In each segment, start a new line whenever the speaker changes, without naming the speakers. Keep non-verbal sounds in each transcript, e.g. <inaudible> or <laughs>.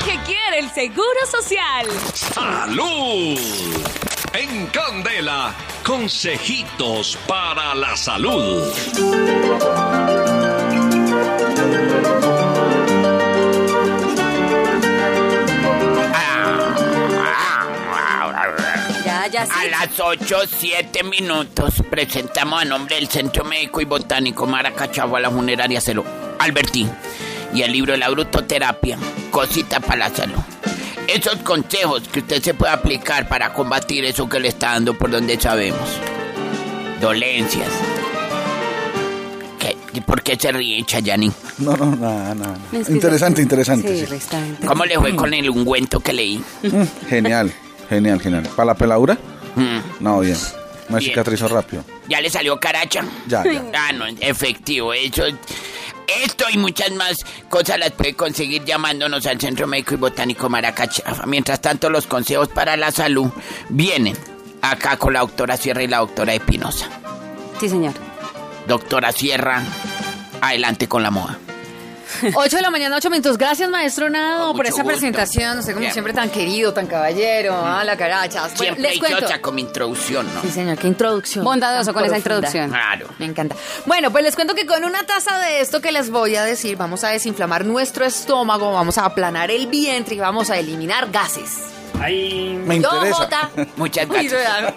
por el Seguro Social.
¡Salud! En Candela, consejitos para la salud.
Ya, ya sí.
A las 8, 7 minutos presentamos a nombre del Centro Médico y Botánico Maracachavo a la funeraria Celo Albertín y el libro La Brutoterapia, Cosita para la Salud. Esos consejos que usted se puede aplicar para combatir eso que le está dando por donde sabemos. Dolencias. ¿Qué? ¿Y ¿Por qué se ríe, Chayani?
No, no, nada, nada.
Es que
Interesante,
sí.
interesante.
Sí,
sí.
bastante.
¿Cómo
<clears throat>
le fue con el ungüento que leí?
Mm, Genial, genial, genial. ¿Para la peladura?
Mm,
No, bien. Me
Bien.
cicatrizó rápido.
¿Ya le salió caracha?
Ya, ya.
<laughs> Ah, no, efectivo, eso. Esto y muchas más cosas las puede conseguir llamándonos al Centro Médico y Botánico Maracachafa. Mientras tanto, los consejos para la salud vienen acá con la doctora Sierra y la doctora Espinosa.
Sí, señor.
Doctora Sierra, adelante con la moda.
8 de la mañana, 8 minutos. Gracias, maestro Nado,
Con
por
mucho
esa
gusto.
presentación. Usted, como
Bien.
siempre, tan querido, tan caballero. Ah, la caracha. Bueno,
Siempre
les cuento.
hay con mi introducción, ¿no?
Sí, señor, qué introducción.
Bondadoso
Tan
con esa
profunda.
introducción.
Claro.
Me encanta. Bueno, pues les cuento que con una taza de esto que les voy a decir, vamos a desinflamar nuestro estómago, vamos a aplanar el vientre y vamos a eliminar gases.
Me interesa.
<laughs>
<laughs>
Muchas
Uy,
gracias.
vea.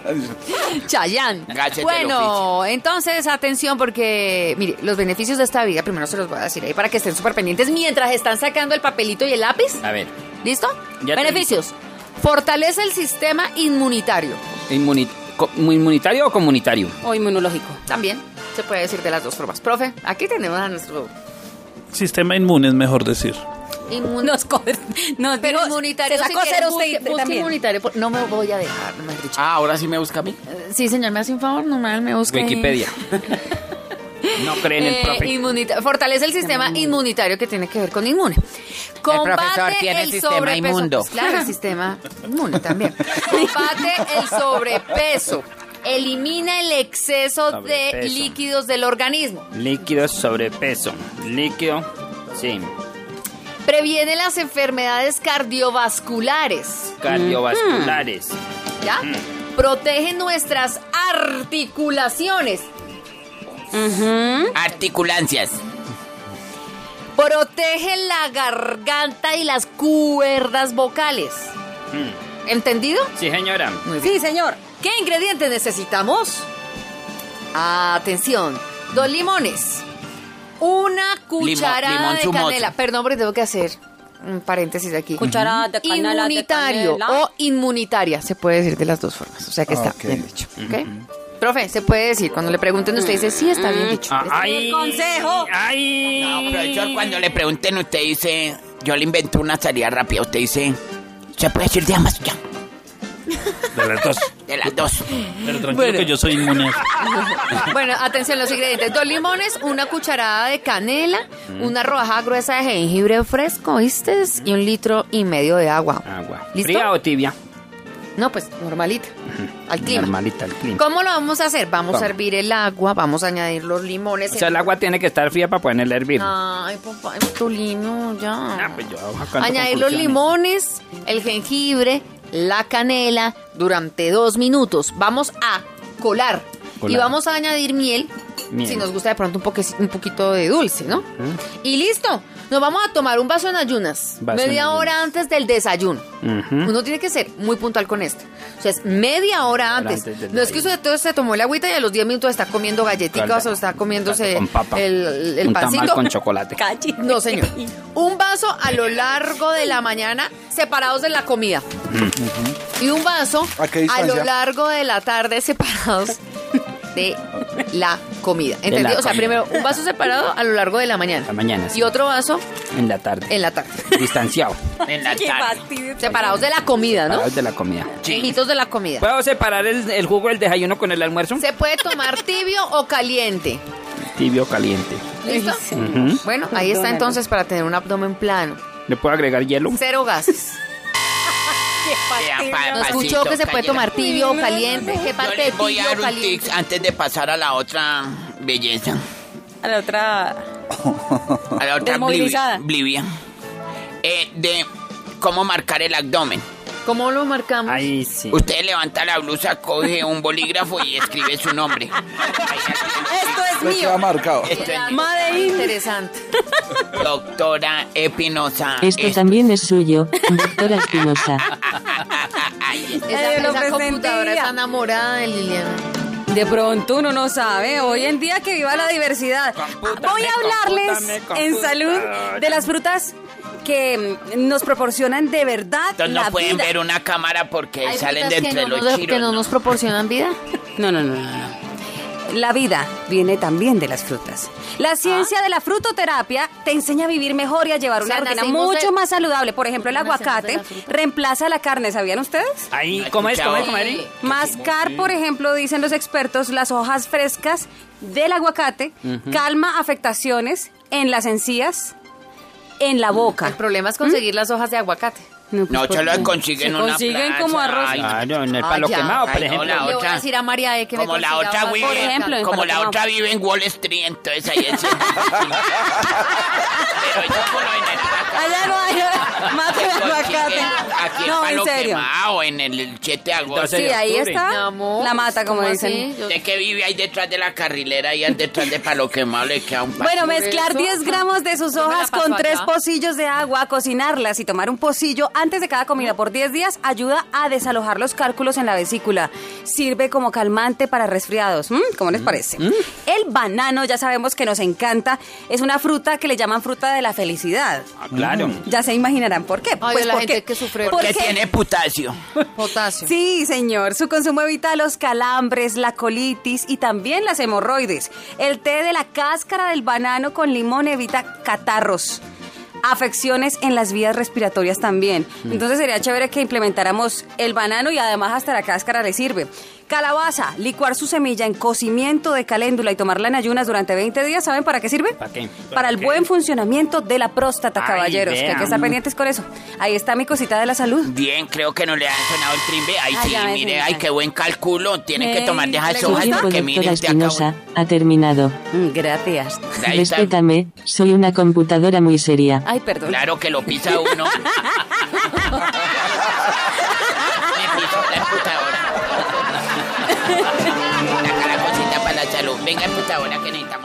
Chayán.
Gases del
Bueno, entonces atención porque, mire, los beneficios de esta vida, primero se los voy a decir ahí para que estén súper pendientes mientras están sacando el papelito y el lápiz.
A ver,
¿Listo?
Ya te
beneficios. Fortalece el sistema inmunitario.
inmuni- co- ¿inmunitario o comunitario?
O inmunológico.
También se puede decir de las dos formas. Profe, aquí tenemos a nuestro
Sistema inmune es mejor decir.
inmun-
Nos coge. Nos
Pero
dijo,
inmunitario.
Se
si
sacó
quiere,
cero
busque-
usted
busque
también.
inmunitario. por- No me voy a dejar, no me has dicho.
Ah, ahora sí me busca a mí.
Eh, Sí, señor, me hace un favor, normal me busca. ahí.
Wikipedia. No creen en el
Eh,
profe.
inmunita- fortalece el sistema inmunitario que tiene que ver con inmune. Combate
profesor tiene
el
sistema
sobrepeso.
inmundo.
Pues Claro, el sistema inmune también. Combate el sobrepeso. Elimina el exceso de
Sobrepeso.
líquidos del organismo.
Líquido sobrepeso. Líquido, sí.
Previene las enfermedades cardiovasculares.
Cardiovasculares.
¿Ya?
Mm.
Protege nuestras articulaciones.
Articulancias.
Protege la garganta y las cuerdas vocales.
Mm.
¿Entendido?
Sí, señora.
Sí, señor.
¿Qué ingredientes necesitamos? Atención, dos limones, una cucharada
limón
de
zumoso.
canela. Perdón, pero tengo que hacer un paréntesis aquí.
Cucharada de canela, de
Inmunitario
canela.
o inmunitaria, se puede decir de las dos formas. O sea que está
Ok.
bien dicho. ¿ok? Profe, se puede decir. Cuando le pregunten, usted dice, sí, está bien dicho.
Ah,
Este es el consejo.
¡Ay!
No, profesor, cuando le pregunten, usted dice, yo le invento una salida rápida, usted dice, se puede decir de ambas, ya,
De las dos.
de las dos.
Pero tranquilo que yo soy inmune.
Bueno, atención, los ingredientes. Dos limones, una cucharada de canela, una rodaja gruesa de jengibre fresco, ¿viste? Y un litro y medio de agua.
Agua.
¿Listo?
¿Fría o tibia?
No, pues normalita. Al clima.
Normalita, el clima.
¿Cómo lo vamos a hacer? Vamos
¿Cómo?
a hervir el agua, vamos a añadir los limones.
O sea, el agua tiene que estar fría para ponerle a hervir.
Ay, papá, Tulino, ya.
Ah, pues yo sacando
añadir los
conclusiones.
limones, el jengibre, la canela durante dos minutos. Vamos a colar.
Colar.
Y vamos a añadir miel,
Miel.
si nos gusta de pronto un, poque- un poquito de dulce, ¿no? Y listo, nos vamos a tomar un vaso en ayunas,
Vaso en
media
ayunas.
hora antes del desayuno.
Ujú.
Uno tiene que ser muy puntual con esto. O sea, es media hora antes.
Antes del
no es que
desayuno.
usted todo se tomó el agüita y a los 10 minutos está comiendo galletitas
Calda.
o está comiéndose
Con papa.
el, el
Un tamal
pancito.
con chocolate.
Cachi.
No, señor.
<laughs>
Un vaso a lo largo de la mañana separados de la comida. Y un vaso
¿A qué
a
distancia?
lo largo de la tarde separados de la comida.
la
¿Entendido? o sea,
comida.
primero un vaso separado a lo largo de la mañana.
La mañana, sí.
Y otro vaso
En la tarde.
en la tarde.
Distanciado.
En la
Qué
tarde.
fastidio.
Separados de la comida, <laughs> ¿no?
Parados de la comida.
Hijitos de la comida.
¿Puedo separar el, el jugo del desayuno con el almuerzo?
Se puede tomar tibio o caliente.
Tibio caliente.
¿Listo?
Ujú.
Bueno, ahí está entonces para tener un abdomen plano.
¿Le puedo agregar hielo?
Cero gases.
Vea, pa-
No
pasito,
escuchó que se puede
cayera.
tomar tibio o caliente. ¿Qué
Yo
parte de
les voy a
tibio o
dar un
caliente?
tips antes de pasar a la otra belleza,
A la otra.
a la otra
Desmovilizada.
blivia. blivia. Eh, de cómo marcar el abdomen.
¿Cómo lo marcamos?
Ahí sí.
Usted levanta la blusa, coge un bolígrafo y escribe su
<laughs>
nombre.
Ah, Esto es
Lo
mío.
queda marcado.
Esto es
Madre interesante.
doctora Espinosa.
Esto
Ah, Es-
también es suyo, doctora Espinosa.
Esa,
yo lo
esa computadora
presentía.
está enamorada de Liliana.
De pronto uno no sabe. Hoy en día que viva la diversidad.
Compútame,
Voy a hablarles
compútame,
en salud de las frutas que mm, nos proporcionan de verdad
Entonces
la
no pueden
vida.
ver una cámara porque
Hay
salen
frutas
de entre
que no
los
nos-
chiros.
que no nos proporcionan vida.
No, no, no, no, no. La vida viene también de las frutas.
Ah.
La ciencia de la frutoterapia te enseña a vivir mejor y a llevar
O
una
sea,
rutina
nacimos
mucho
de-
más saludable. Por ejemplo, el
Nacemos de
aguacate
la fruta.
reemplaza la carne, ¿sabían ustedes?
Ahí, ¿cómo es? ¿Cómo es, comadre?
Sí.
Mascar, por ejemplo, dicen los expertos, las hojas frescas del aguacate calma afectaciones en las encías, en la boca.
El problema es conseguir las hojas de aguacate.
No,
pues,
se las
¿por qué?
consiguen en
Se
una
consiguen
plaza.
como arroz.
Ay,
Claro, en el
Ah,
palo
ya.
quemado, por
Ay,
ejemplo.
no, la
Le voy
otra.
a decir a María E que me
como la
consiga
otra
hojas de
vive,
Por
aguacate.
ejemplo, en
como la
Panamá.
otra vive en Wall Street, entonces ahí es. Pero eso por lo
<laughs>
general.
Allá no hay mate de aguacate.
Aquí en
No, en
Palo
serio.
Quemado, en el 7 de agosto.
Entonces,
Sí, ahí
Octubre.
Mi
está.
amor,
la mata, como
¿cómo
dicen.
así? Yo-
Usted que vive ahí detrás de la carrilera y detrás de Palo Quemado le queda un
Bueno,
Por
mezclar
eso.
10 gramos de sus
Yo me la
hojas
paso
con tres
allá.
pocillos de agua, cocinarlas y tomar un pocillo antes de cada comida por 10 días ayuda a desalojar los cálculos en la vesícula. Sirve como calmante para resfriados. ¿m? ¿Cómo
Mm,
les parece? El banano, ya sabemos que nos encanta, es una fruta que le llaman fruta de la felicidad.
Ah, claro.
Ya se imaginarán por qué. Pues
Ay, la
porque-
gente que sufre
porque
Porque tiene potasio.
potasio.
Sí, señor. Su consumo evita los calambres, la colitis y también las hemorroides. El té de la cáscara del banano con limón evita catarros. Afecciones en las vías respiratorias también.
Mm.
Entonces sería chévere que implementáramos el banano y además hasta la cáscara le sirve. Calabaza, licuar su semilla en cocimiento de caléndula y tomarla en ayunas durante 20 días, ¿saben para qué sirve?
¿Para qué?
Para el buen funcionamiento de la próstata,
Ay,
caballeros. que hay que estar
vean.
pendientes con eso. Ahí está mi cosita de la salud.
Bien, creo que no le han sonado el trimbe. Ay,
Ay,
sí,
ya ves,
mire,
mira.
ay, qué buen cálculo. Tiene que
Ey,
tomar de esas
¿le
Su
hojas
gusta?
tiempo,
porque
doctora
mire, usted acabó.
Espinosa, ha terminado.
Mm, Gracias.
Ahí está.
Respétame, soy una computadora muy seria.
Ay, perdón.
Claro que lo pisa uno. Me pisó la emputadora. Saca la cosita para la salud. Venga, emputadora, que necesitamos.